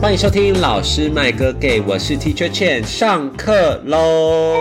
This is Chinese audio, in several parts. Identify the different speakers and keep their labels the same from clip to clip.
Speaker 1: 欢迎收听老师麦哥给，我是 Teacher Chen，上课喽。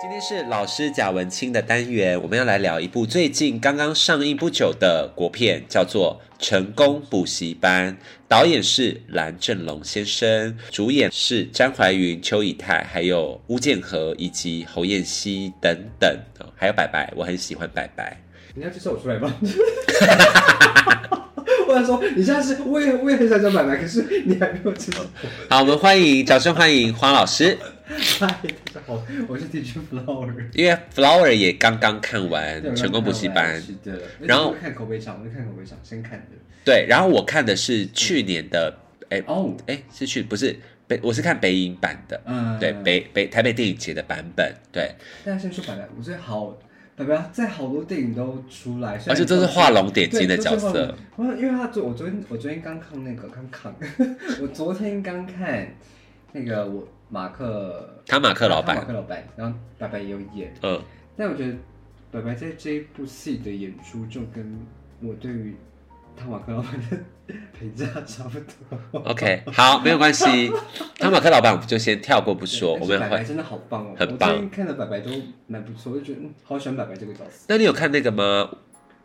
Speaker 1: 今天是老师贾文清的单元，我们要来聊一部最近刚刚上映不久的国片，叫做《成功补习班》，导演是蓝正龙先生，主演是张怀云、邱以泰，还有巫建和以及侯彦希等等，哦还有白白，我很喜欢白白。
Speaker 2: 你要介绍我出来吗？ 我想说，你现在是我也我也很想讲板白，可是你还没有介绍。
Speaker 1: 好，我们欢迎，掌声欢迎花老师。
Speaker 2: 嗨，大家好，我哎是 Teacher Flower。
Speaker 1: 因为 Flower 也刚刚看完
Speaker 2: 对
Speaker 1: 《成功嗯补习班》，
Speaker 2: 是的。
Speaker 1: 然后
Speaker 2: 我看口碑场，我是看口碑场先看的。
Speaker 1: 对，然后我看的是去年的，哎
Speaker 2: 哦，
Speaker 1: 哎，是去不是北，我是看北影版的，
Speaker 2: 嗯，
Speaker 1: 对北北台北电影节的版本，对，
Speaker 2: 大家先说板白，我觉得好，板白在好多电影都出来，
Speaker 1: 而且这是画龙点睛的角
Speaker 2: 对
Speaker 1: 色，。
Speaker 2: 都是画龙我因为他昨我昨天我昨天刚看那个刚看， 我昨天刚看那个我马克
Speaker 1: 汤马克老
Speaker 2: 马
Speaker 1: 板，
Speaker 2: 克老板，然后白白也有演。
Speaker 1: 嗯，
Speaker 2: 但我觉得白白在这一部戏的演出，就跟我对于汤马克老板的 评价差不多。
Speaker 1: OK，好，没有关 系，汤马克老板我们就先跳过不
Speaker 2: 对
Speaker 1: 说，哦
Speaker 2: 但
Speaker 1: 我
Speaker 2: 是
Speaker 1: 们
Speaker 2: 白
Speaker 1: 会
Speaker 2: 白。真的好棒哦，
Speaker 1: 很棒
Speaker 2: 我最近看的白白都蛮不错，我就觉得嗯，好喜欢白白这个角色。
Speaker 1: 那你有看那个吗？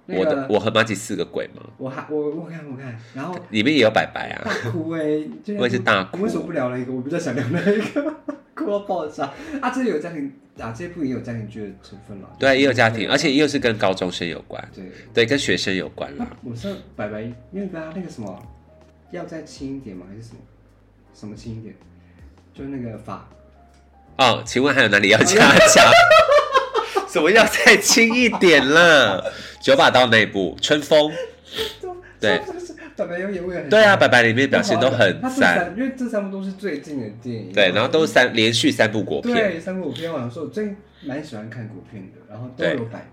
Speaker 2: 那
Speaker 1: 我的
Speaker 2: 个
Speaker 1: 我和马吉四个鬼吗？
Speaker 2: 我还我我看我看，然后
Speaker 1: 里面也有白白啊，
Speaker 2: 大哭哎、欸，就
Speaker 1: 我也是大哭
Speaker 2: 为什么不聊那个？我比较想聊那个， 哭到爆炸啊！这里有家庭啊，这一部也有家庭剧的成分了。
Speaker 1: 对，也有家庭，而且又是跟高中生有关，
Speaker 2: 对。
Speaker 1: 对，跟学生有关啦。
Speaker 2: 我是白白，因为他那个什么，要再轻一点吗？还是什么？什么轻一点？就是那个发，
Speaker 1: 哦，请问还有哪里要 加强？什么要再轻一点了？九把刀那部春风，对，
Speaker 2: 白白有演我也很
Speaker 1: 对啊，白白里面表现都很
Speaker 2: 他这
Speaker 1: 赞，
Speaker 2: 三，因为这三部都是最近的电影。
Speaker 1: 对，然后都是三连续三部国片，
Speaker 2: 对三部国片，我想说，我最近蛮喜欢看国片的，然后都
Speaker 1: 对
Speaker 2: 有白白，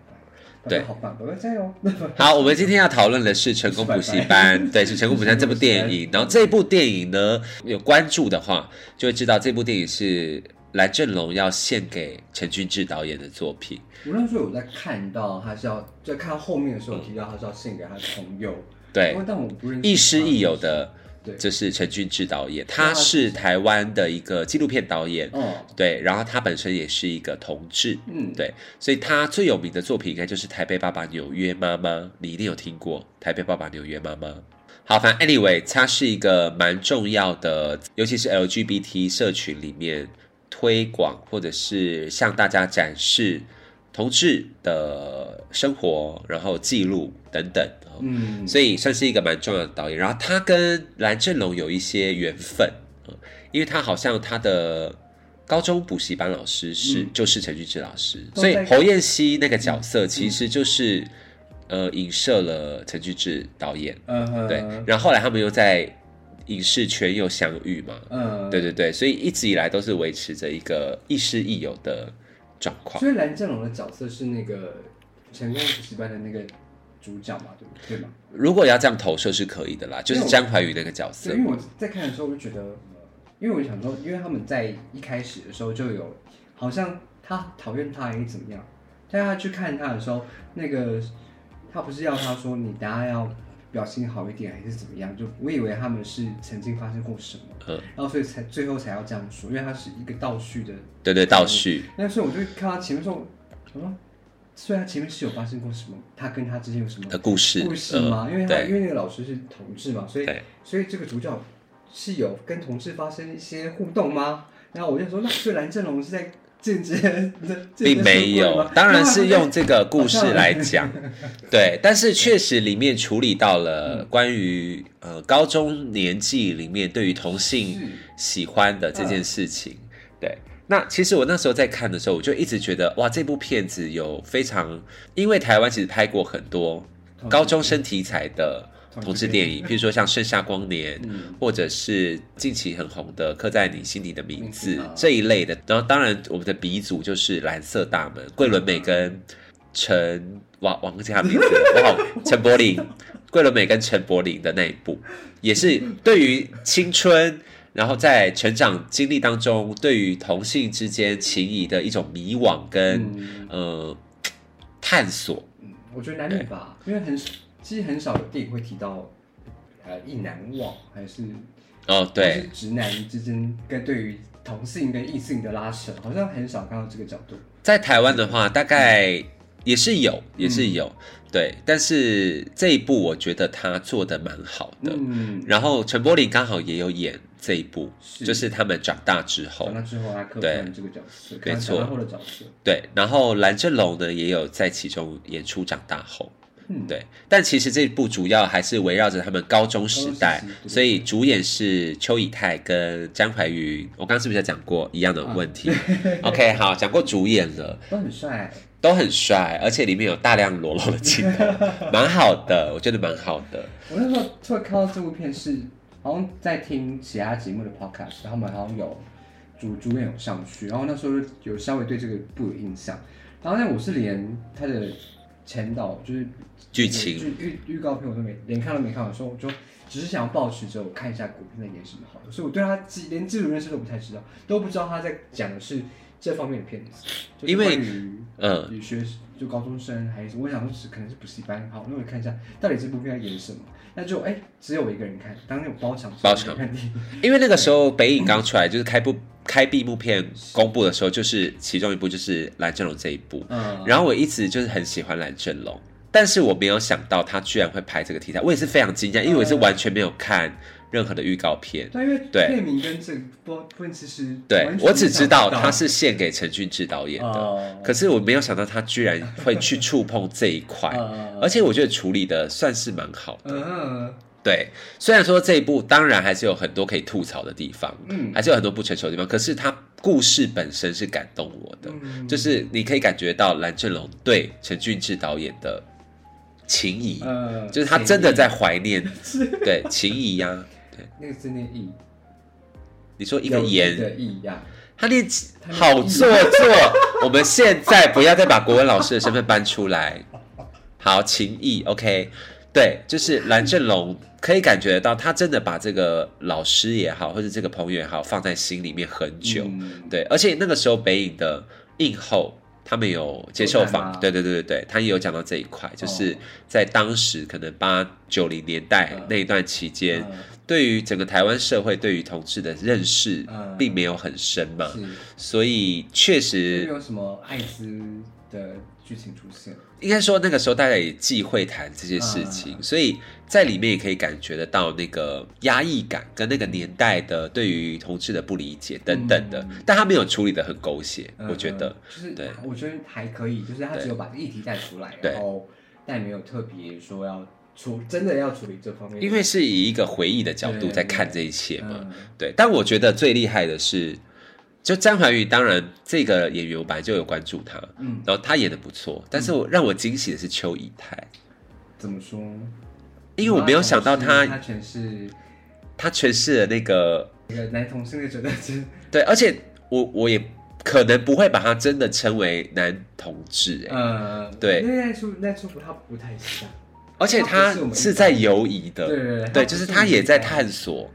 Speaker 2: 白
Speaker 1: 对
Speaker 2: 白好棒，白白加油！
Speaker 1: 好，我们今天要讨论的是《成功补习 班》，对，是《成功补习班》这部电影。然后这部电影呢，有关注的话，就会知道这部电影是蓝正龙要献给陈俊志导演的作品。
Speaker 2: 我那时候有在看到他是要，在看后面的时候有提到他是要献给他的朋友，
Speaker 1: 对
Speaker 2: 因为，但我不认识
Speaker 1: 亦师
Speaker 2: 他
Speaker 1: 亦友的，
Speaker 2: 对
Speaker 1: 就是陈俊志导演，他是台湾的一个纪录片导演，
Speaker 2: 哦，
Speaker 1: 对，然后他本身也是一个同志，
Speaker 2: 嗯，
Speaker 1: 对，所以他最有名的作品应该就是《台北爸爸纽约妈妈》，你一定有听过《台北爸爸纽约妈妈》。好，反正 anyway，它是一个蛮重要的，尤其是 LGBT 社群里面推广或者是向大家展示同志的生活，然后记录等等。哦
Speaker 2: 嗯，
Speaker 1: 所以算是一个蛮重要的导演。然后他跟蓝正龙有一些缘分，嗯因为他好像他的高中补习班老师是、
Speaker 2: 嗯
Speaker 1: 就是陈俊志老师，
Speaker 2: 都
Speaker 1: 所
Speaker 2: 在嗯
Speaker 1: 以侯彦希那个角色其实就是、呃影射了陈俊志导演。
Speaker 2: 嗯哼，
Speaker 1: 对，然后后来他们又在影视圈又相遇嘛，
Speaker 2: 嗯，
Speaker 1: 对对对，所以一直以来都是维持着一个亦师亦友的状况。
Speaker 2: 所以蓝正龙的角色是那个成功补习班的那个主角嘛，对不对对吗？
Speaker 1: 如果要这样投射是可以的啦，就是
Speaker 2: 因为我
Speaker 1: 张怀宇那个角色
Speaker 2: 对，因为我在看的时候，我就觉得，呃因为我想说，因为他们在一开始的时候就有，好像他讨厌他还是怎么样，但他去看他的时候，那个他不是要他说你等下要表现好一点还是怎么样？就我以为他们是曾经发生过什么，
Speaker 1: 嗯
Speaker 2: 然后所以才最后才要这样说，因为他是一个倒叙的
Speaker 1: 对对，倒叙。
Speaker 2: 那时候我就看他前面说，我说，虽然前面是有发生过什么，他跟他之间有什么
Speaker 1: 的故事，
Speaker 2: 故事吗？
Speaker 1: 嗯
Speaker 2: 因为他因
Speaker 1: 对
Speaker 2: 为那个老师是同志嘛，所以
Speaker 1: 对
Speaker 2: 所以这个主角是有跟同志发生一些互动吗？然后我就说，那所以蓝正龙是在间接的，
Speaker 1: 并没有，当然是用这个故事来 讲，对，但是确实里面处理到了关于呃高中年纪里面对于同性
Speaker 2: 是
Speaker 1: 喜欢的这
Speaker 2: 嗯
Speaker 1: 件事情，对。那其实我那时候在看的时候，我就一直觉得哇，这部片子有非常，因为台湾其实拍过很多高中生题材的同志电影，譬如说像《盛夏光年》
Speaker 2: 嗯
Speaker 1: 或者是近期很红的《刻在你心底的名字
Speaker 2: 名字啊》
Speaker 1: 这一类的。然后当然我们的鼻祖就是蓝色大门，桂纶镁跟陈王王记他名字，我好陈柏 霖，桂纶镁跟陈柏霖的那一部，也是对于青春。然后在成长经历当中，对于同性之间情谊的一种迷惘跟、
Speaker 2: 嗯
Speaker 1: 呃探索。
Speaker 2: 嗯，我觉得男女吧，因为很其实很少有电影会提到呃意难忘，还是
Speaker 1: 哦，
Speaker 2: 还
Speaker 1: 对
Speaker 2: 是直男之间跟对于同性跟异性的拉扯，好像很少看到这个角度。
Speaker 1: 在台湾的话，大
Speaker 2: 嗯
Speaker 1: 概也是有，也是有，对。但是这一部我觉得他做的蛮好的。
Speaker 2: 嗯，
Speaker 1: 然后陈柏霖刚好也有演这一部，
Speaker 2: 是嗯
Speaker 1: 就是他们长大之后
Speaker 2: 长，大之后他客
Speaker 1: 对
Speaker 2: 观这个角色，
Speaker 1: 没错
Speaker 2: 长大后的角色，
Speaker 1: 对。然后蓝正龙呢也有在其中演出长大后，
Speaker 2: 嗯，
Speaker 1: 对。但其实这部主要还是围绕着他们高中时代
Speaker 2: 高中时，期
Speaker 1: 所以主演是邱以泰跟张怀予。我刚刚是不是有讲过一样的
Speaker 2: 啊
Speaker 1: 问题、o k 好，讲过主演了。
Speaker 2: 都很帅。
Speaker 1: 都很帅，而且里面有大量裸露的镜 头，蛮好的，我觉得蛮好的。
Speaker 2: 我那时候突然看到这部片是，好像在听其他节目的 podcast，然后我们好像有主主演有上去，然后那时候有稍微对这个部有印象。然后呢，我是连他的前导就是
Speaker 1: 剧情
Speaker 2: 就预预告片我都没连看都没看完，所以我就只是想要抱持着我看一下古片在演什么好了，所以我对他基连基础认识都不太知道，都不知道他在讲的是这方面的片子，就是
Speaker 1: 因为
Speaker 2: 关于
Speaker 1: 嗯，
Speaker 2: 女学就高中生还是我想说是可能是补习班，好，那我看一下到底这部片在演什么。那就哎、只有我一个人看，当天我包场，
Speaker 1: 包场
Speaker 2: 看电影，
Speaker 1: 因为那个时候北影刚出来，就是开部开闭幕片公布的时候，就是其中一部就是蓝正龙这一部。
Speaker 2: 嗯，
Speaker 1: 然后我一直就是很喜欢蓝正龙，但是我没有想到他居然会拍这个题材，我也是非常惊讶，因为我是完全没有看任何的预告片。
Speaker 2: 对，因为
Speaker 1: 对
Speaker 2: 片名跟这个播片其实
Speaker 1: 对
Speaker 2: 完全
Speaker 1: 我只知道
Speaker 2: 没想
Speaker 1: 他是献给陈俊志导演的，
Speaker 2: 哦
Speaker 1: 可是我没有想到他居然会去触碰这一块。
Speaker 2: 呃
Speaker 1: 而且我觉得处理的算是蛮好的。
Speaker 2: 嗯
Speaker 1: 对，虽然说这一部当然还是有很多可以吐槽的地方，
Speaker 2: 嗯
Speaker 1: 还是有很多不成熟的地方，可是它故事本身是感动我的，
Speaker 2: 嗯
Speaker 1: 就是你可以感觉到蓝正龙对陈俊志导演的情谊，
Speaker 2: 呃，
Speaker 1: 就是他真的
Speaker 2: 情谊
Speaker 1: 在怀念， 对情谊呀、对，
Speaker 2: 那个字念义，
Speaker 1: 你说一个
Speaker 2: 友谊
Speaker 1: 言
Speaker 2: 的义呀，
Speaker 1: 他念
Speaker 2: 他念
Speaker 1: 好做作。我们现在不要再把国文老师的身份搬出来。好，情谊，OK，对，就是蓝正龙可以感觉得到，他真的把这个老师也好，或者这个朋友也好，放在心里面很久。
Speaker 2: 嗯
Speaker 1: 对，而且那个时候北影的映后，他们有接受
Speaker 2: 座谈
Speaker 1: 访
Speaker 2: 吗，哦
Speaker 1: 对对对对对，他也有讲到这一块，就是在当时可能八九零年代
Speaker 2: 嗯
Speaker 1: 那一段期间，
Speaker 2: 嗯
Speaker 1: 对于整个台湾社会对于同志的认识
Speaker 2: 嗯
Speaker 1: 并没有很深嘛，
Speaker 2: 是
Speaker 1: 所以确
Speaker 2: 没
Speaker 1: 实
Speaker 2: 有什么艾滋的剧情出现，
Speaker 1: 应该说那个时候大家也忌讳谈这些事情，所以在里面也可以感觉得到那个压抑感跟那个年代的对于同志的不理解等等的，
Speaker 2: 嗯
Speaker 1: 但他没有处理的很狗血，
Speaker 2: 嗯
Speaker 1: 我觉得。
Speaker 2: 就是
Speaker 1: 对
Speaker 2: 我觉得还可以，就是他
Speaker 1: 对
Speaker 2: 只有把议题带出来，
Speaker 1: 对
Speaker 2: 然后但没有特别说要处真的嗯要处理这方面，
Speaker 1: 因为是以一个回忆的角度在看这一切嘛，
Speaker 2: 嗯
Speaker 1: 对。但我觉得最厉害的是，就张涵予，当然这个演员我本来就有关注他，
Speaker 2: 嗯，
Speaker 1: 然后他演的不错，但是我让我惊喜的是邱以泰，
Speaker 2: 怎么说？
Speaker 1: 因为
Speaker 2: 啊
Speaker 1: 我没有想到
Speaker 2: 他
Speaker 1: 他
Speaker 2: 全是
Speaker 1: 他诠释了那个
Speaker 2: 一个男同性恋者的真，
Speaker 1: 对，而且我我也可能不会把他真的称为男同志、哎、
Speaker 2: 呃，
Speaker 1: 对
Speaker 2: 因为那出那出不他不太像，
Speaker 1: 而且他
Speaker 2: 他不是我们
Speaker 1: 是在游移
Speaker 2: 对
Speaker 1: 的，
Speaker 2: 对
Speaker 1: 对，就是他也在，探
Speaker 2: 不
Speaker 1: 索，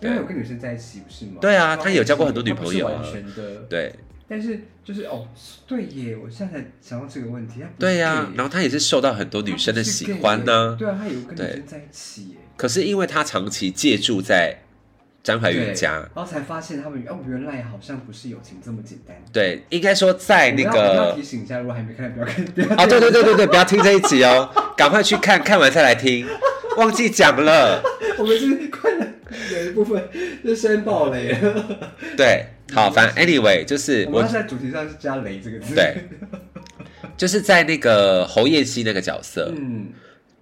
Speaker 2: 是因为有
Speaker 1: 对
Speaker 2: 跟女生在一起不是吗？
Speaker 1: 对啊
Speaker 2: 不
Speaker 1: 他有交过很多女朋友啊
Speaker 2: 他不是完全的，
Speaker 1: 对
Speaker 2: 但是就是哦，对耶，我现在才想到这个问题，他不是
Speaker 1: 对呀、
Speaker 2: gay
Speaker 1: 然后他也是受到很多女生的喜欢呢、
Speaker 2: 对啊，他有跟
Speaker 1: 对
Speaker 2: 女生在一起耶，
Speaker 1: 可是因为他长期借住在张怀
Speaker 2: 对，
Speaker 1: 予家，
Speaker 2: 然后才发现他们哦，原来好像不是友情这么简单。
Speaker 1: 对，应该说在那
Speaker 2: 我要我要
Speaker 1: 个
Speaker 2: 提醒一下，如果还没看，不要看， 不要
Speaker 1: 啊，对对对对对，不要听这一集哦，赶快去看 看完再来听，忘记讲了。
Speaker 2: 我们是快了有一部分就先爆雷 了。
Speaker 1: 对，好，反正 anyway 就是
Speaker 2: 我
Speaker 1: 我
Speaker 2: 们现在主题上是加“雷”这个字。
Speaker 1: 对，就是在那个侯彦希那个角色
Speaker 2: 嗯，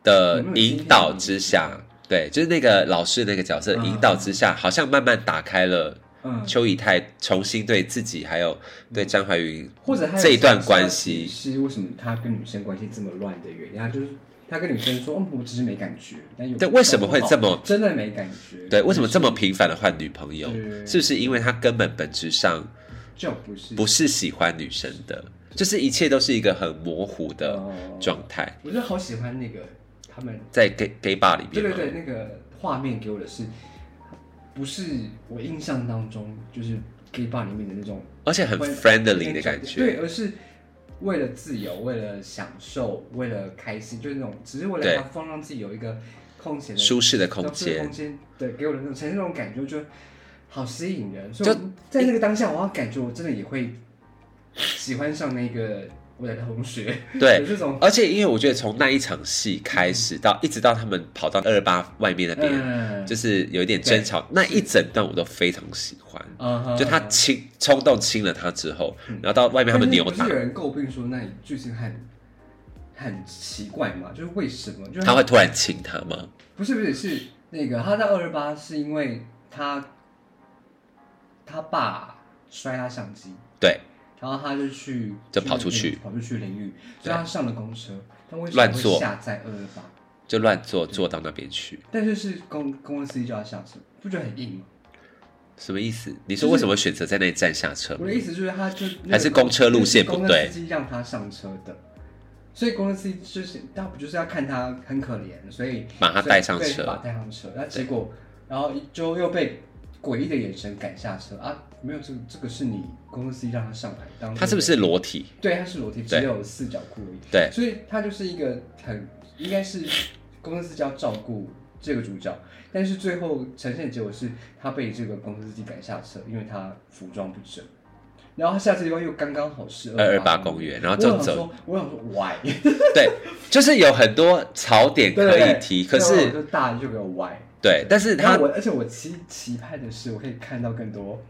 Speaker 1: 的引导之下，对，就是那个老师那个角色
Speaker 2: 啊
Speaker 1: 的引导之下，好像慢慢打开了
Speaker 2: 嗯，
Speaker 1: 邱以泰重新对自己还有对张怀云
Speaker 2: 或者他有
Speaker 1: 这一段
Speaker 2: 想说
Speaker 1: 关系，
Speaker 2: 是为什么他跟女生关系这么乱的原因，他就是他跟女生说，嗯，我只是没感觉，但有
Speaker 1: 对，为什么会这么
Speaker 2: 哦真的没感觉？
Speaker 1: 对？为什么这么频繁的换女朋友？
Speaker 2: 对
Speaker 1: 是不是因为他根本本质上
Speaker 2: 就不是
Speaker 1: 不是喜欢女生的？就是一切都是一个很模糊的
Speaker 2: 哦
Speaker 1: 状态，
Speaker 2: 我就好喜欢那个他们，
Speaker 1: 在 gay gay bar 里
Speaker 2: 对
Speaker 1: 面
Speaker 2: 对
Speaker 1: 嘛。
Speaker 2: 对，那个画面给我的是，不是我印象当中就是 gay bar 里面的那种
Speaker 1: 而且很 friendly 的感
Speaker 2: 对，
Speaker 1: 觉，
Speaker 2: 而是为了自由、为了享受、为了开心，就是那种只是为了
Speaker 1: 对
Speaker 2: 要放让自己有一个空闲的
Speaker 1: 舒适的
Speaker 2: 那
Speaker 1: 空
Speaker 2: 舒适的
Speaker 1: 间
Speaker 2: 空。间，对，给我的那种呈现那种感觉，我觉得好吸引人。所以
Speaker 1: 就
Speaker 2: 我在那个当下，我好像感觉我真的也会喜欢上那个我的同学，
Speaker 1: 对
Speaker 2: 有这种
Speaker 1: 而且因为我觉得从那一场戏开始到一直到他们跑到二八外面那边，
Speaker 2: 嗯，
Speaker 1: 就是有一点争吵，那一整段我都非常喜欢。
Speaker 2: 嗯哼
Speaker 1: 就他亲冲动亲了他之后，然后到外面他们
Speaker 2: 但是
Speaker 1: 扭
Speaker 2: 不是
Speaker 1: 打，
Speaker 2: 有人诟病说那里剧情很很奇怪嘛？就是为什么？就是
Speaker 1: 他会突然亲他吗？
Speaker 2: 不是不是是那个他在二十八是因为他他爸摔他相机，
Speaker 1: 对，
Speaker 2: 然后他就去
Speaker 1: 就跑出去
Speaker 2: 那个跑出去淋雨，所以他上了公车，但为什
Speaker 1: 乱
Speaker 2: 么
Speaker 1: 坐
Speaker 2: 会下在二十八？
Speaker 1: 就乱坐坐到那边去，
Speaker 2: 但是是公公司司机叫他下车，不觉得很硬吗？
Speaker 1: 什么意思？你说为什么会选择在那里站下车
Speaker 2: 我
Speaker 1: 吗
Speaker 2: 的？意思就是，他就那个
Speaker 1: 嗯还是公车路线不对
Speaker 2: 公车司机让他上车的，所以公车司机就是他不就是要看他很可怜，所以
Speaker 1: 把他带上车
Speaker 2: 所以对把他带上车，那结果然后就又被诡异的眼神赶下车啊！没有，这个这个是你公车司机让他上来，当
Speaker 1: 他是不是裸体？
Speaker 2: 对，他是裸体，
Speaker 1: 对
Speaker 2: 只有四角裤而已。
Speaker 1: 对，
Speaker 2: 所以他就是一个很应该是公司要照顾这个主角，但是最后呈现的结果是他被这个公司司机赶下车，因为他服装不整。然后他下车地方又刚刚好是
Speaker 1: 二二
Speaker 2: 二
Speaker 1: 八
Speaker 2: 公
Speaker 1: 公园然后就走。
Speaker 2: 我想说，我想说 why？
Speaker 1: 对，就是有很多槽点
Speaker 2: 对
Speaker 1: 可
Speaker 2: 对
Speaker 1: 以
Speaker 2: 对
Speaker 1: 提，可
Speaker 2: 然后我
Speaker 1: 是
Speaker 2: 就大一就给我 why。
Speaker 1: 对，但是
Speaker 2: 然
Speaker 1: 他
Speaker 2: 后我而且我期期盼的是，我可以看到更多。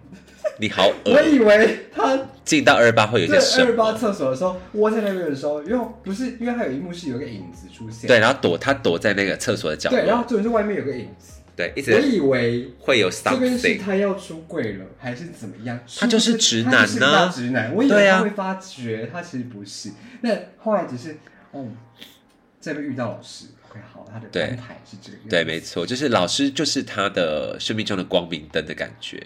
Speaker 1: 你好
Speaker 2: 我
Speaker 1: 恶，
Speaker 2: 以为他
Speaker 1: 进到二八呃会有一
Speaker 2: 对
Speaker 1: 些什
Speaker 2: 二
Speaker 1: 么？
Speaker 2: 八厕所的时候，窝在那边的时候，因为不是因为他有一幕是有一个影子出现，
Speaker 1: 对，然后躲他躲在那个厕所的角
Speaker 2: 对，然
Speaker 1: 落，
Speaker 2: 后重点是外面有个影子，
Speaker 1: 对，一
Speaker 2: 我
Speaker 1: 直
Speaker 2: 以为
Speaker 1: 会有
Speaker 2: 这边是
Speaker 1: something。
Speaker 2: 他要出柜了，还是怎么样？
Speaker 1: 他就是直男啊
Speaker 2: 他就是个大直男。我以
Speaker 1: 对
Speaker 2: 为
Speaker 1: 啊
Speaker 2: 他会发觉，他其实不是。那后来只是，哦，这边遇到老师，OK，好，他的
Speaker 1: 对
Speaker 2: 安排是这个样子。
Speaker 1: 对，没错，就是老师就是他的生命中的光明灯的感 觉。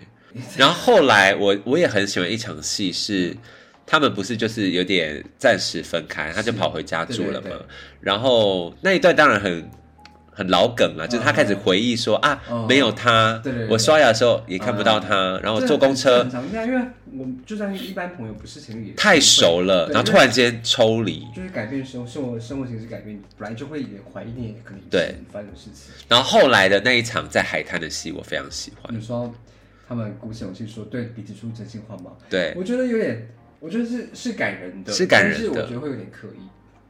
Speaker 1: 然后后来我我也很喜欢一场戏是。他们不是就是有点暂时分开，他就跑回家住了嘛。
Speaker 2: 对对对
Speaker 1: 然后那一段当然很很老梗了，就是他开始回忆说、啊
Speaker 2: 嗯，
Speaker 1: 没有他，
Speaker 2: 啊对对对啊
Speaker 1: 我刷牙的时候也看不到他，然后坐公车
Speaker 2: 很常见，因为我们就算一般朋友不是情侣，也
Speaker 1: 太熟了，
Speaker 2: 对
Speaker 1: 然后突然间抽离，
Speaker 2: 就是改变生活生活生活形式改变，本来就会有点怀念可能以
Speaker 1: 对
Speaker 2: 前发生的事情。
Speaker 1: 然后后来的那一场在海滩的戏，我非常喜欢。
Speaker 2: 你说他们鼓起勇气说对彼此说出真心话吗？
Speaker 1: 对
Speaker 2: 我觉得有点，我觉得是是感人的，
Speaker 1: 是感人的
Speaker 2: 但是我觉得会有点刻意，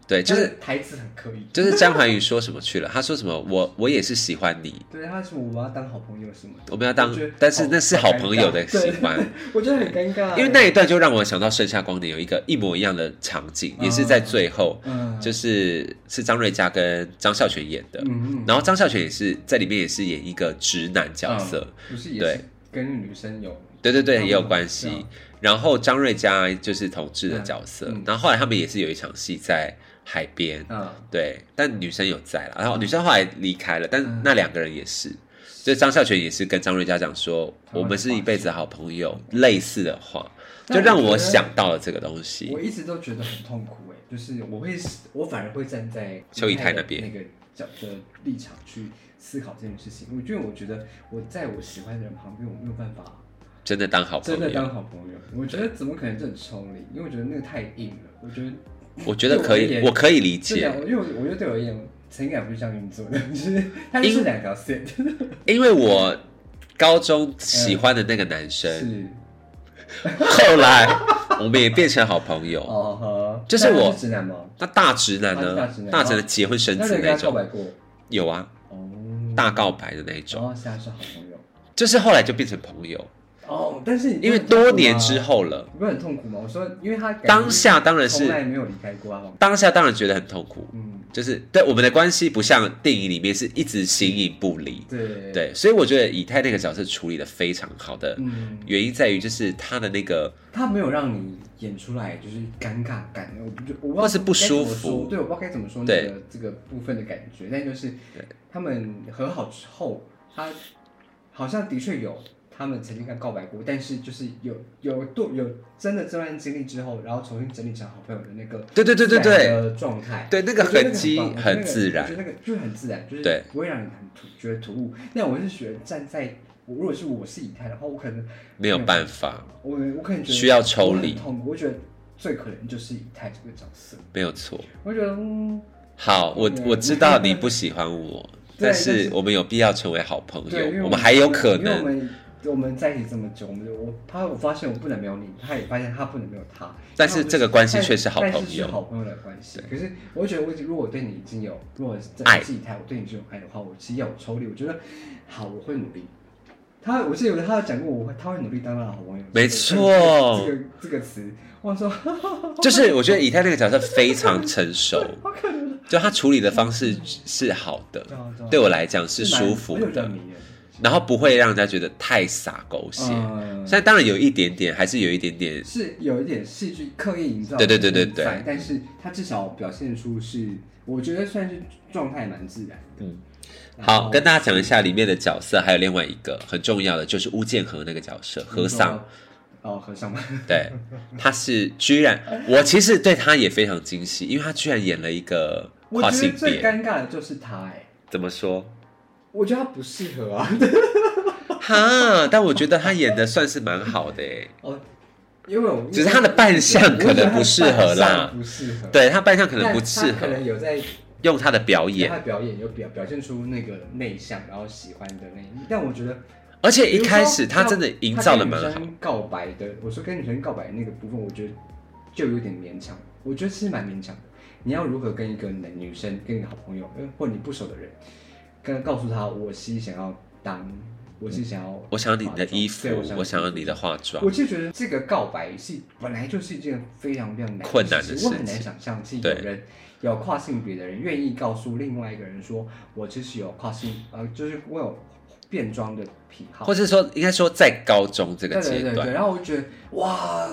Speaker 1: 对，就是
Speaker 2: 他的台词很刻意。
Speaker 1: 就是张涵予说什么去了？他说什么？我我也是喜欢你，
Speaker 2: 对，他说我们要当好朋友什么的，
Speaker 1: 我们要当
Speaker 2: 我觉得，
Speaker 1: 但是那是好朋友的喜欢，
Speaker 2: 我觉得很尴尬，
Speaker 1: 因为那一段就让我想到《盛夏光年》有一个一模一样的场景，也是在最后，
Speaker 2: 嗯
Speaker 1: 就是是张瑞佳跟张孝全演的，
Speaker 2: 嗯嗯
Speaker 1: 然后张孝全也是在里面也是演一个直男角色，
Speaker 2: 嗯不是也
Speaker 1: 对
Speaker 2: 是跟女生有
Speaker 1: 对对对，
Speaker 2: 嗯
Speaker 1: 也有关系
Speaker 2: 嗯。
Speaker 1: 然后张瑞佳就是同志的角色，
Speaker 2: 嗯嗯
Speaker 1: 然后后来他们也是有一场戏在海边，
Speaker 2: 啊，
Speaker 1: 对，但女生有在了，然后女生后来离开了，但
Speaker 2: 嗯
Speaker 1: 那两个人也是，就张孝全也是跟张瑞佳讲说，
Speaker 2: 他
Speaker 1: 我
Speaker 2: 们
Speaker 1: 们是一辈子好朋友，类似的话，
Speaker 2: 但
Speaker 1: 就
Speaker 2: 我
Speaker 1: 让我
Speaker 2: 觉得
Speaker 1: 想到了这个东西
Speaker 2: 我。一直都觉得很痛苦哎，就是我会我反而会站在
Speaker 1: 邱以泰那
Speaker 2: 的
Speaker 1: 边
Speaker 2: 那个角的立场去思考这件事情，因为我觉得我在我喜欢的人旁边，我没有办法
Speaker 1: 真的当好朋
Speaker 2: 真的
Speaker 1: 友，
Speaker 2: 当好朋友，我觉得怎么可能这很抽离？因为我觉得那个太硬了。我觉得
Speaker 1: 我觉得可
Speaker 2: 对我而
Speaker 1: 以，
Speaker 2: 言
Speaker 1: 我可以理
Speaker 2: 这两，
Speaker 1: 解，
Speaker 2: 因为我我觉得对我而言，情感不是这样运作的，就是它就是两条线，
Speaker 1: 因为我高中喜欢的那个男生，
Speaker 2: 是
Speaker 1: 后来我们也变成好朋友。
Speaker 2: 嗯哦呵，
Speaker 1: 就是我
Speaker 2: 那他直男吗？
Speaker 1: 那大直男呢
Speaker 2: 他是大直？男
Speaker 1: 大直男结婚生
Speaker 2: 那
Speaker 1: 子
Speaker 2: 你
Speaker 1: 那
Speaker 2: 跟他告
Speaker 1: 种，
Speaker 2: 白过？
Speaker 1: 有啊，
Speaker 2: 哦，
Speaker 1: 大告白的那一
Speaker 2: 然
Speaker 1: 种，
Speaker 2: 后现在是好朋友
Speaker 1: 就是后来就变成朋友，
Speaker 2: 哦，但是你
Speaker 1: 因为多年之，后了。
Speaker 2: 你不是很痛苦吗？我说，因为他感觉
Speaker 1: 当下当然
Speaker 2: 从来
Speaker 1: 是
Speaker 2: 没有离开过啊，
Speaker 1: 当下当然觉得很痛苦，
Speaker 2: 嗯，
Speaker 1: 就是对我们的关系不像电影里面是一直形影不离，
Speaker 2: 对，
Speaker 1: 对，所以我觉得以太那个角色处理的非常好的
Speaker 2: 嗯，
Speaker 1: 原因在于就是他的那个
Speaker 2: 他没有让你演出来就是尴尬感，我不就我不知道
Speaker 1: 或是不
Speaker 2: 该怎
Speaker 1: 舒
Speaker 2: 么
Speaker 1: 服
Speaker 2: 说对，我不知道该怎么说那
Speaker 1: 对
Speaker 2: 个这个部分的感觉，但就是他们和好之后，他好像的确有他们曾经跟他告白过，但是就是有有多有真的这段经历之后，然后重新整理成好朋友的那个
Speaker 1: 对对对对
Speaker 2: 自然
Speaker 1: 对
Speaker 2: 的状态，
Speaker 1: 对那个
Speaker 2: 我觉得
Speaker 1: 痕迹
Speaker 2: 很棒
Speaker 1: 很
Speaker 2: 我
Speaker 1: 自
Speaker 2: 觉得那个
Speaker 1: 然
Speaker 2: 我觉得那个就是很自然，就
Speaker 1: 对
Speaker 2: 是不会让你很突觉得突兀。那我是觉得站在我如果是我是以太的话，我可能
Speaker 1: 没有办法，
Speaker 2: 我我可能觉得
Speaker 1: 需要抽离
Speaker 2: 我很痛苦，我觉得最可怜就是以太这个角色，
Speaker 1: 没有错。
Speaker 2: 我觉得嗯，
Speaker 1: 好，我
Speaker 2: 对
Speaker 1: 我知道你不喜欢我，
Speaker 2: 对
Speaker 1: 但
Speaker 2: 但
Speaker 1: 是
Speaker 2: 是
Speaker 1: 我们有必要成为好朋
Speaker 2: 对，因为
Speaker 1: 友，我们还有可
Speaker 2: 因为我
Speaker 1: 能。
Speaker 2: 们我们在一起这么久，我们就我他我发现我不能没有你，他也发现他不能没有他，
Speaker 1: 但是这个关系
Speaker 2: 但
Speaker 1: 却是好
Speaker 2: 但
Speaker 1: 朋
Speaker 2: 是是
Speaker 1: 友
Speaker 2: 好朋友的关系。可是我觉得我如果我对你已经有，如果真
Speaker 1: 爱
Speaker 2: 的是以太，我对你这种爱的话，我其实要有抽离，我觉得好，我会努力。他，我记得他有讲过，我会，他会努力当他的好朋友。
Speaker 1: 没
Speaker 2: 这
Speaker 1: 错
Speaker 2: 个这个这个词，我说
Speaker 1: 就是 我觉得以太那个角色非常成熟，就他处理的方式是好的
Speaker 2: 对啊对，啊
Speaker 1: 对我来讲是
Speaker 2: 蛮
Speaker 1: 舒服
Speaker 2: 我有点
Speaker 1: 的，
Speaker 2: 迷耶
Speaker 1: 然后不会让人家觉得太洒狗血。
Speaker 2: 嗯
Speaker 1: 现在当然有一点点，还是有一点点，
Speaker 2: 是有一点戏剧刻意营造，
Speaker 1: 对对对对对
Speaker 2: 但是他至少表现出是，我觉得算是状态蛮自然的。
Speaker 1: 嗯
Speaker 2: 然后，
Speaker 1: 好，跟大家讲一下里面的角色，还有另外一个很重要的就是巫建和那个角色，和尚。
Speaker 2: 哦，和尚吗？
Speaker 1: 对，他是居然，我其实对他也非常惊喜，因为他居然演了一个
Speaker 2: 我
Speaker 1: 跨
Speaker 2: 觉
Speaker 1: 性
Speaker 2: 得最
Speaker 1: 别。
Speaker 2: 尴尬的就是他，哎，
Speaker 1: 怎么说？
Speaker 2: 我觉得他不适合啊。
Speaker 1: 哈，但我觉得他演的算是蛮好的 诶，
Speaker 2: 哦，因为我
Speaker 1: 只是他的扮相可能不适合
Speaker 2: 我觉得他的扮
Speaker 1: 啦
Speaker 2: 相。不适合，
Speaker 1: 对他扮相可能
Speaker 2: 但
Speaker 1: 不
Speaker 2: 他
Speaker 1: 适合
Speaker 2: 可能有在
Speaker 1: 用他的表演
Speaker 2: 他，的表演有表表现出那个内向，然后喜欢的那一面，但我觉得
Speaker 1: 而且一开始他真的营造的
Speaker 2: 的
Speaker 1: 蛮好。
Speaker 2: 告白的，我说跟女生告白的那个部分，我觉得就有点勉强。我觉得是蛮勉强的。你要如何跟一个男女生、跟一个好朋友，呃或你不熟的人，跟告诉他，我是想要当，我是想要，
Speaker 1: 嗯我想要你的衣服
Speaker 2: 对我，想
Speaker 1: 我想要你的化妆
Speaker 2: 我。就觉得这个告白是本来就是一件非常非常难
Speaker 1: 困难的
Speaker 2: 事
Speaker 1: 事
Speaker 2: 情，我很
Speaker 1: 情
Speaker 2: 难想象是有
Speaker 1: 对
Speaker 2: 人有跨性别的人愿意告诉另外一个人说，我其实有跨性，呃，就是我有变装的癖好，
Speaker 1: 或是说，应该说在高中这个
Speaker 2: 对
Speaker 1: 阶
Speaker 2: 对对对，
Speaker 1: 段，
Speaker 2: 然后我就觉得哇，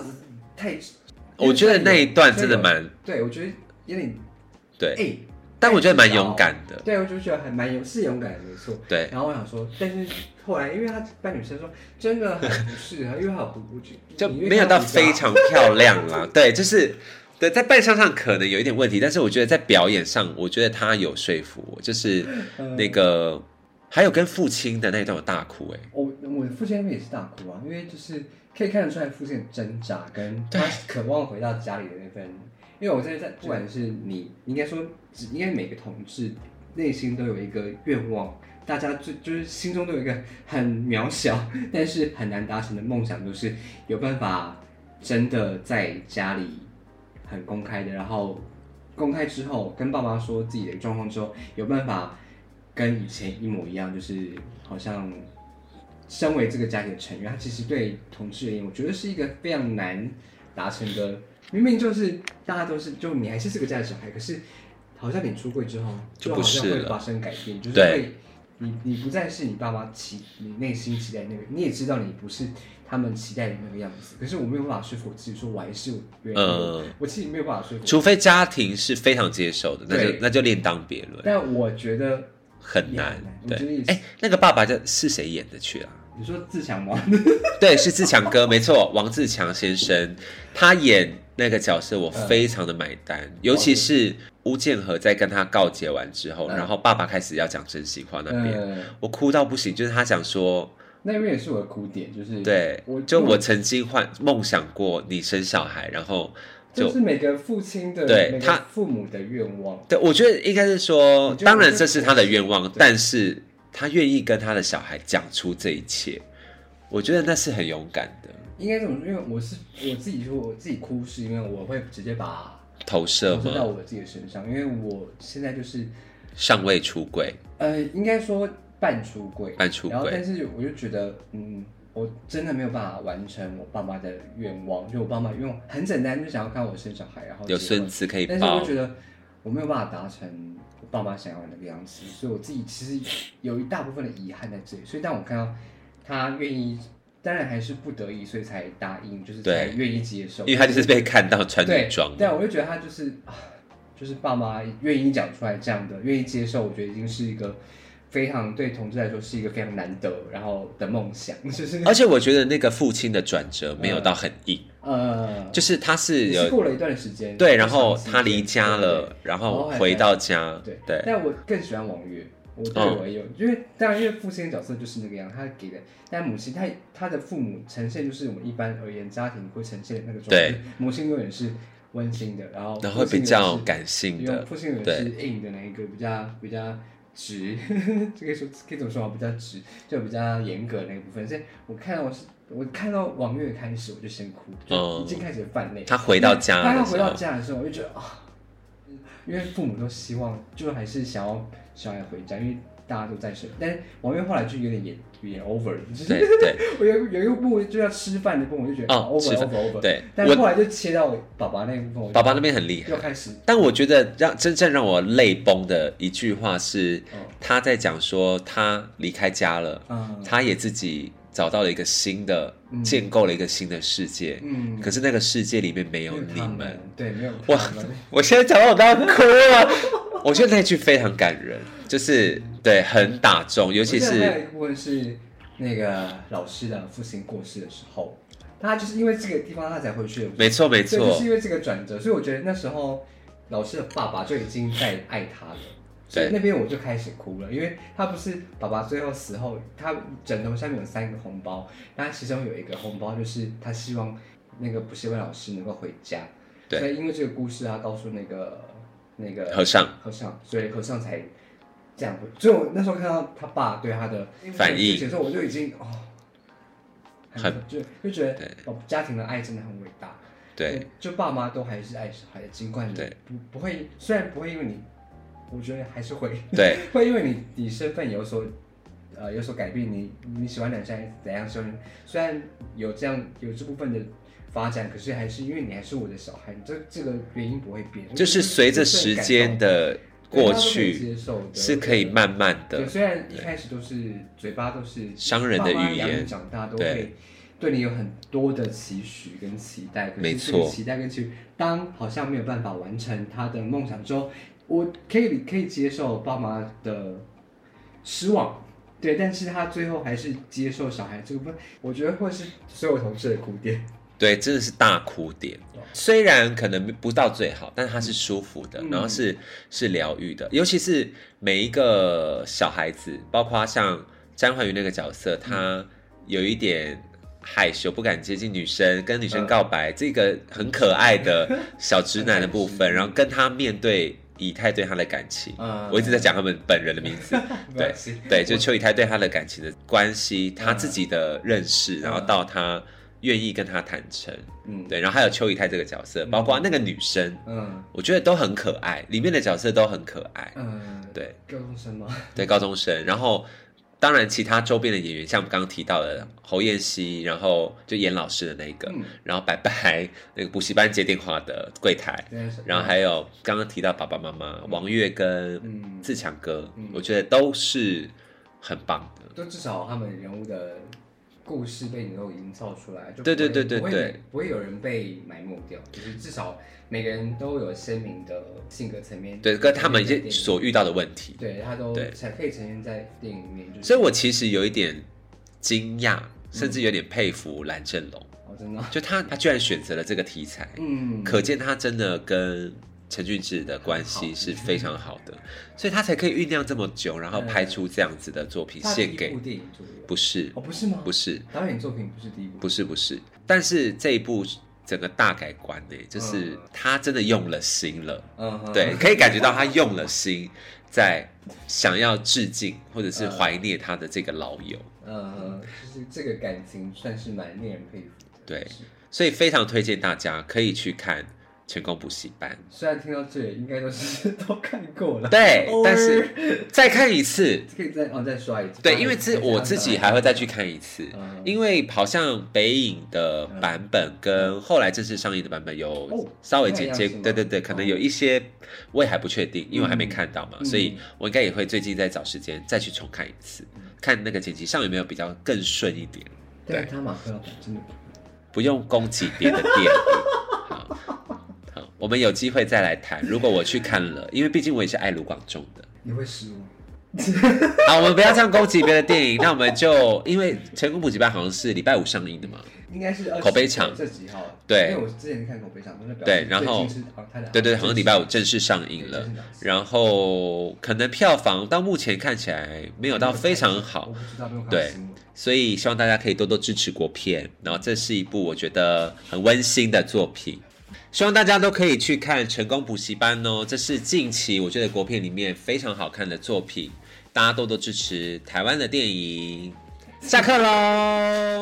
Speaker 2: 太，
Speaker 1: 我觉得那一段真的
Speaker 2: 有，
Speaker 1: 蛮
Speaker 2: 对我觉得有点哎、
Speaker 1: 对，但我觉得蛮勇敢的。
Speaker 2: 对我就觉得还蛮有是勇敢的没错。
Speaker 1: 对，
Speaker 2: 然后我想说，但是后来因为他班女生说真的很不适合，因为他有不不
Speaker 1: 就没有到
Speaker 2: 啊
Speaker 1: 非，常漂亮啦。 对，就是对，在扮相上可能有一点问题，但是我觉得在表演上，我觉得他有说服我，就是
Speaker 2: 嗯
Speaker 1: 那个。还有跟父亲的那一段我大哭哎、
Speaker 2: 我我父亲那边也是大哭啊，因为就是可以看得出来父亲的挣扎跟他渴望回到家里的那份。因为我在在不管是你，应该说只应该每个同志内心都有一个愿望，大家最就是心中都有一个很渺小， 但是很难达成的梦想，就是有办法真的在家里很公开的，然后公开之后跟爸妈说自己的状况之后，有办法跟以前一模一样，就是好像身为这个家庭的成员，他其实对同志而言，我觉得是一个非常难达成的。明明就是大家都是，就你还是这个家的小孩，可是好像你出柜之后，
Speaker 1: 就
Speaker 2: 就
Speaker 1: 不
Speaker 2: 好
Speaker 1: 是
Speaker 2: 像会
Speaker 1: 了
Speaker 2: 发生改变，就是
Speaker 1: 对
Speaker 2: 会你你不再是你爸妈期你内心期待那个，你也知道你不是他们期待的那个样子，可是我没有办法说服我自己，说我还是我原来我
Speaker 1: 嗯
Speaker 2: 我自己没有办法说服我，
Speaker 1: 除非家庭是非常接受的，那就
Speaker 2: 对
Speaker 1: 那就另当别论，
Speaker 2: 但我觉得
Speaker 1: 很
Speaker 2: 也
Speaker 1: 难
Speaker 2: 很难。我
Speaker 1: 对
Speaker 2: 觉得也，是
Speaker 1: 哎、那个爸爸叫是谁演的去啊？
Speaker 2: 你说自 强吗？
Speaker 1: 对，是自强哥，没 错，王自强先生，他演那个角色，我
Speaker 2: 嗯
Speaker 1: 非常的买单，尤其是巫建和在跟他告解完之后，
Speaker 2: 嗯
Speaker 1: 然后爸爸开始要讲真心话那边，
Speaker 2: 呃，
Speaker 1: 我哭到不行，就是他想说，
Speaker 2: 那边也是我的哭点，就是
Speaker 1: 对
Speaker 2: 嗯我，
Speaker 1: 就我曾经幻梦想过你生小孩，然后就
Speaker 2: 就是每个父亲的
Speaker 1: 对
Speaker 2: 每个
Speaker 1: 他
Speaker 2: 父母的愿望，
Speaker 1: 对，我觉得应该是说，
Speaker 2: 我觉得
Speaker 1: 当然
Speaker 2: 我
Speaker 1: 这是他的愿望
Speaker 2: 对，
Speaker 1: 但是他愿意跟他的小孩讲出这一切，我觉得那是很勇敢的
Speaker 2: 应该怎么说？因为我是我自己说我自己哭，是因为我会直接把
Speaker 1: 投射
Speaker 2: 投射到
Speaker 1: 吗？
Speaker 2: 我自己的身上，因为我现在就是
Speaker 1: 尚未出轨，
Speaker 2: 呃，应该说半出柜，
Speaker 1: 半出
Speaker 2: 然后，
Speaker 1: 轨。
Speaker 2: 但是我就觉得，嗯，我真的没有办法完成我爸妈的愿望，就我爸妈愿望很简单，就想要看我生小孩，然后
Speaker 1: 有
Speaker 2: 结婚
Speaker 1: 孙子可以
Speaker 2: 但是我
Speaker 1: 抱
Speaker 2: 觉，得我没有办法达成我爸妈想要的那个样子，所以我自己其实有一大部分的遗憾在这里。所以当我看到他愿意，当然还是不得已，所以才答应，就是才
Speaker 1: 对
Speaker 2: 愿意接受。
Speaker 1: 因为他就是被看到穿
Speaker 2: 对
Speaker 1: 女装
Speaker 2: 对
Speaker 1: 嘛，
Speaker 2: 啊，我就觉得他就是啊，就是爸妈愿意讲出来这样的，愿意接受，我觉得已经是一个非常对同志来说是一个非常难得然后的梦想，就是
Speaker 1: 而且我觉得那个父亲的转折没有到很硬，
Speaker 2: 呃，
Speaker 1: 就是他是
Speaker 2: 也嗯是
Speaker 1: 有
Speaker 2: 过了一段时间，
Speaker 1: 对，然后
Speaker 2: 长时间
Speaker 1: 他离家
Speaker 2: 对对对
Speaker 1: 了，然
Speaker 2: 然
Speaker 1: 后
Speaker 2: 后还
Speaker 1: 回到家，
Speaker 2: 对
Speaker 1: 对，
Speaker 2: 但我更喜欢王月，我对
Speaker 1: 嗯
Speaker 2: 我也有，因为当然因为父亲的角色就是那个样，他给的，但母亲他他的父母呈现就是我们一般而言家庭会呈现的那个状态，母亲永远是温馨的，然后
Speaker 1: 然后
Speaker 2: 父亲
Speaker 1: 比较
Speaker 2: 永远是
Speaker 1: 感性
Speaker 2: 因为
Speaker 1: 的，
Speaker 2: 父亲永远是硬的那一个，比较比较直， 这个说可以怎么说啊？比较直，就比较严格的那个部分。所以我看到我是我看到王月开始我就先哭，就
Speaker 1: 嗯
Speaker 2: 已经开始泛泪。
Speaker 1: 他回到家
Speaker 2: 他要
Speaker 1: 的
Speaker 2: 回
Speaker 1: 时
Speaker 2: 到
Speaker 1: 候，
Speaker 2: 家的时候，我就觉得啊、因为父母都希望，就还是想要小孩回家，因为大家都在生。但是王月后来就有点也有点 over，了就是
Speaker 1: 对对
Speaker 2: 我有有一幕就要吃饭的部分，我就觉得、啊
Speaker 1: 哦
Speaker 2: over
Speaker 1: 吃饭
Speaker 2: over over。
Speaker 1: 对，
Speaker 2: 但
Speaker 1: 我
Speaker 2: 后来就切到我爸爸那一部分，
Speaker 1: 爸爸那边很厉
Speaker 2: 又
Speaker 1: 害，
Speaker 2: 开始
Speaker 1: 但我觉得让真正让我泪崩的一句话是
Speaker 2: 嗯，
Speaker 1: 他在讲说他离开家了，
Speaker 2: 嗯
Speaker 1: 他也自己找到了一个新的，
Speaker 2: 嗯
Speaker 1: 建构了一个新的世界，
Speaker 2: 嗯。
Speaker 1: 可是那个世界里面没有
Speaker 2: 没
Speaker 1: 你
Speaker 2: 他
Speaker 1: 们。，
Speaker 2: 对，没有
Speaker 1: 哇
Speaker 2: 他们，
Speaker 1: 我现在讲到我都要哭了，我觉得那句非常感人，就是对很打中， 尤其
Speaker 2: 我记得
Speaker 1: 是
Speaker 2: 还有一个部分是那个老师的父亲过世的时候，他就是因为这个地方他才回去的，
Speaker 1: 没错没
Speaker 2: 对，就
Speaker 1: 错
Speaker 2: 是，因为这个转折，所以我觉得那时候老师的爸爸就已经在爱他了。所以
Speaker 1: 对
Speaker 2: 那边我就开始哭了，因为他不是爸爸最后死后，他枕头下面有三个红包，那其中有一个红包就是他希望那个补习班老师能够回家，
Speaker 1: 对
Speaker 2: 所以因为这个故事，他告诉那个那个
Speaker 1: 和尚
Speaker 2: 和尚，所以和尚才这样。所以我那时候看到他爸对他的
Speaker 1: 反应
Speaker 2: 的时候，我就已经哦，
Speaker 1: 很
Speaker 2: 就就觉得
Speaker 1: 对
Speaker 2: 哦，家庭的爱真的很伟大。
Speaker 1: 对，
Speaker 2: 就爸妈都还是爱小孩的，尽管你
Speaker 1: 对
Speaker 2: 不不会，虽然不会因为你，我觉得还是会
Speaker 1: 对
Speaker 2: 会因为你你身份有所。呃，有所改变，你你喜欢男生还是怎样？喜欢虽然有这样有这部分的发展，可是还是因为你还是我的小孩，你这这个原因不会变。
Speaker 1: 就是随着时间的过去，
Speaker 2: 对大家都可以接受的
Speaker 1: 是可以慢慢
Speaker 2: 对，
Speaker 1: 的，
Speaker 2: 虽然一开始都是嘴巴都是
Speaker 1: 商人的语言
Speaker 2: 爸妈养你长大都会
Speaker 1: 对
Speaker 2: 对你有很多的期许跟期待，可
Speaker 1: 没
Speaker 2: 是这
Speaker 1: 错
Speaker 2: 个期待跟期许，当好像没有办法完成他的梦想之后，我可以可以接受爸妈的失望。对，但是他最后还是接受小孩这个部分，我觉得会是所有同事的哭点。
Speaker 1: 对，真的是大哭点。虽然可能不到最好，但它是舒服的，
Speaker 2: 嗯
Speaker 1: 然后是是疗愈的。尤其是每一个小孩子，包括像詹怀宇那个角色，他有一点害羞，不敢接近女生，跟女生
Speaker 2: 嗯
Speaker 1: 告白，这个很可爱的小直男的部分，
Speaker 2: 嗯
Speaker 1: 然后跟他面对以太对他的感情。
Speaker 2: 嗯
Speaker 1: 我一直在 讲他们本人的名字，
Speaker 2: 没关系
Speaker 1: 对，就是邱以泰对他的感情的关系，他
Speaker 2: 嗯
Speaker 1: 自己的认识，然后
Speaker 2: 嗯
Speaker 1: 到他愿意跟他坦诚，
Speaker 2: 嗯
Speaker 1: 对，然后还有邱以泰这个角色，包括那个女生，
Speaker 2: 嗯
Speaker 1: 我觉得都很可爱，里面的角色都很可爱，
Speaker 2: 嗯，
Speaker 1: 对
Speaker 2: 高中生吗？
Speaker 1: 对，高中生，然后当然其他周边的演员，像我们刚刚提到的侯彦希，然后就演老师的那一个，
Speaker 2: 嗯
Speaker 1: 然后白白那个补习班接电话的柜台，
Speaker 2: 对
Speaker 1: 然后还有刚刚提到爸爸妈妈王月跟
Speaker 2: 嗯，
Speaker 1: 自强哥
Speaker 2: 嗯，
Speaker 1: 我觉得都是很棒的。
Speaker 2: 都至少他们人物的故事被你都营造出来，就不会
Speaker 1: 对对对对
Speaker 2: 不会
Speaker 1: 对
Speaker 2: 不会有人被埋没掉，就是至少每个人都有鲜明的性格层面，
Speaker 1: 对，跟他们一些
Speaker 2: 对
Speaker 1: 所遇到的问题，
Speaker 2: 对他都
Speaker 1: 对
Speaker 2: 才可以呈现在电影里面，就是
Speaker 1: 所以我其实有一点惊讶，
Speaker 2: 嗯
Speaker 1: 甚至有点佩服蓝正龙，
Speaker 2: 哦真的，
Speaker 1: 就他他居然选择了这个题材，
Speaker 2: 嗯，
Speaker 1: 可见他真的跟陈俊志的关系是非常好的，所以他才可以酝酿这么久，然后拍出这样子的作品
Speaker 2: 他
Speaker 1: 献
Speaker 2: 第一
Speaker 1: 给
Speaker 2: 部电影左右，
Speaker 1: 不是
Speaker 2: 哦不是吗？
Speaker 1: 不是
Speaker 2: 导演作品不是第一部，
Speaker 1: 不是不是，但是这一部整个大改观呢，就是
Speaker 2: 嗯
Speaker 1: 他真的用了心了。
Speaker 2: 嗯哼
Speaker 1: 对，可以感觉到他用了心，在想要致敬或者是怀念他的这个老友，
Speaker 2: 嗯哼，就是这个感情算是蛮令人佩服的，
Speaker 1: 对
Speaker 2: 是
Speaker 1: 所以非常推荐大家可以去看《成功补习班
Speaker 2: 虽然听到这里应该都是 都看过》。了，
Speaker 1: 对
Speaker 2: 偶，尔
Speaker 1: 但是再看一次，
Speaker 2: 可以再哦再刷一次，
Speaker 1: 对，因为自我自己还会再去看一次，
Speaker 2: 嗯
Speaker 1: 因为好像北影的版本跟后来正式上映的版本
Speaker 2: 哦
Speaker 1: 有稍微剪
Speaker 2: 不太一
Speaker 1: 接，
Speaker 2: 样是吗
Speaker 1: 对对对，可能有一些我也还不确定，因为我还没看到嘛，
Speaker 2: 嗯
Speaker 1: 所以我应该也会最近再找时间再去重看一次，看那个剪辑上有没有比较更顺一点。
Speaker 2: 但是他马克老板真的
Speaker 1: 不用攻击别的电影。好，好，我们有机会再来谈。如果我去看了，因为毕竟我也是爱卢广仲的，
Speaker 2: 你会失望，
Speaker 1: 好，我们不要这样攻击别的电影，那我们就因为《成功补习班》好像是礼拜五上映的嘛，
Speaker 2: 应该是20
Speaker 1: 口碑场
Speaker 2: 这几号？啊
Speaker 1: 对
Speaker 2: 因为我之前是看口碑场，但是表
Speaker 1: 对
Speaker 2: 示
Speaker 1: 然后
Speaker 2: 最近是好像他的啊
Speaker 1: 对对，好像礼拜五正式上映了。然后可能票房到目前看起来没
Speaker 2: 没
Speaker 1: 有到非常好，
Speaker 2: 我不知道，没有看
Speaker 1: 对
Speaker 2: 新闻
Speaker 1: 所以希望大家可以多多支持国片。然后这是一部我觉得很温馨的作品，希望大家都可以去看《成功补习班》哦，这是近期我觉得国片里面非常好看的作品，大家多多支持台湾的电影。下课喽。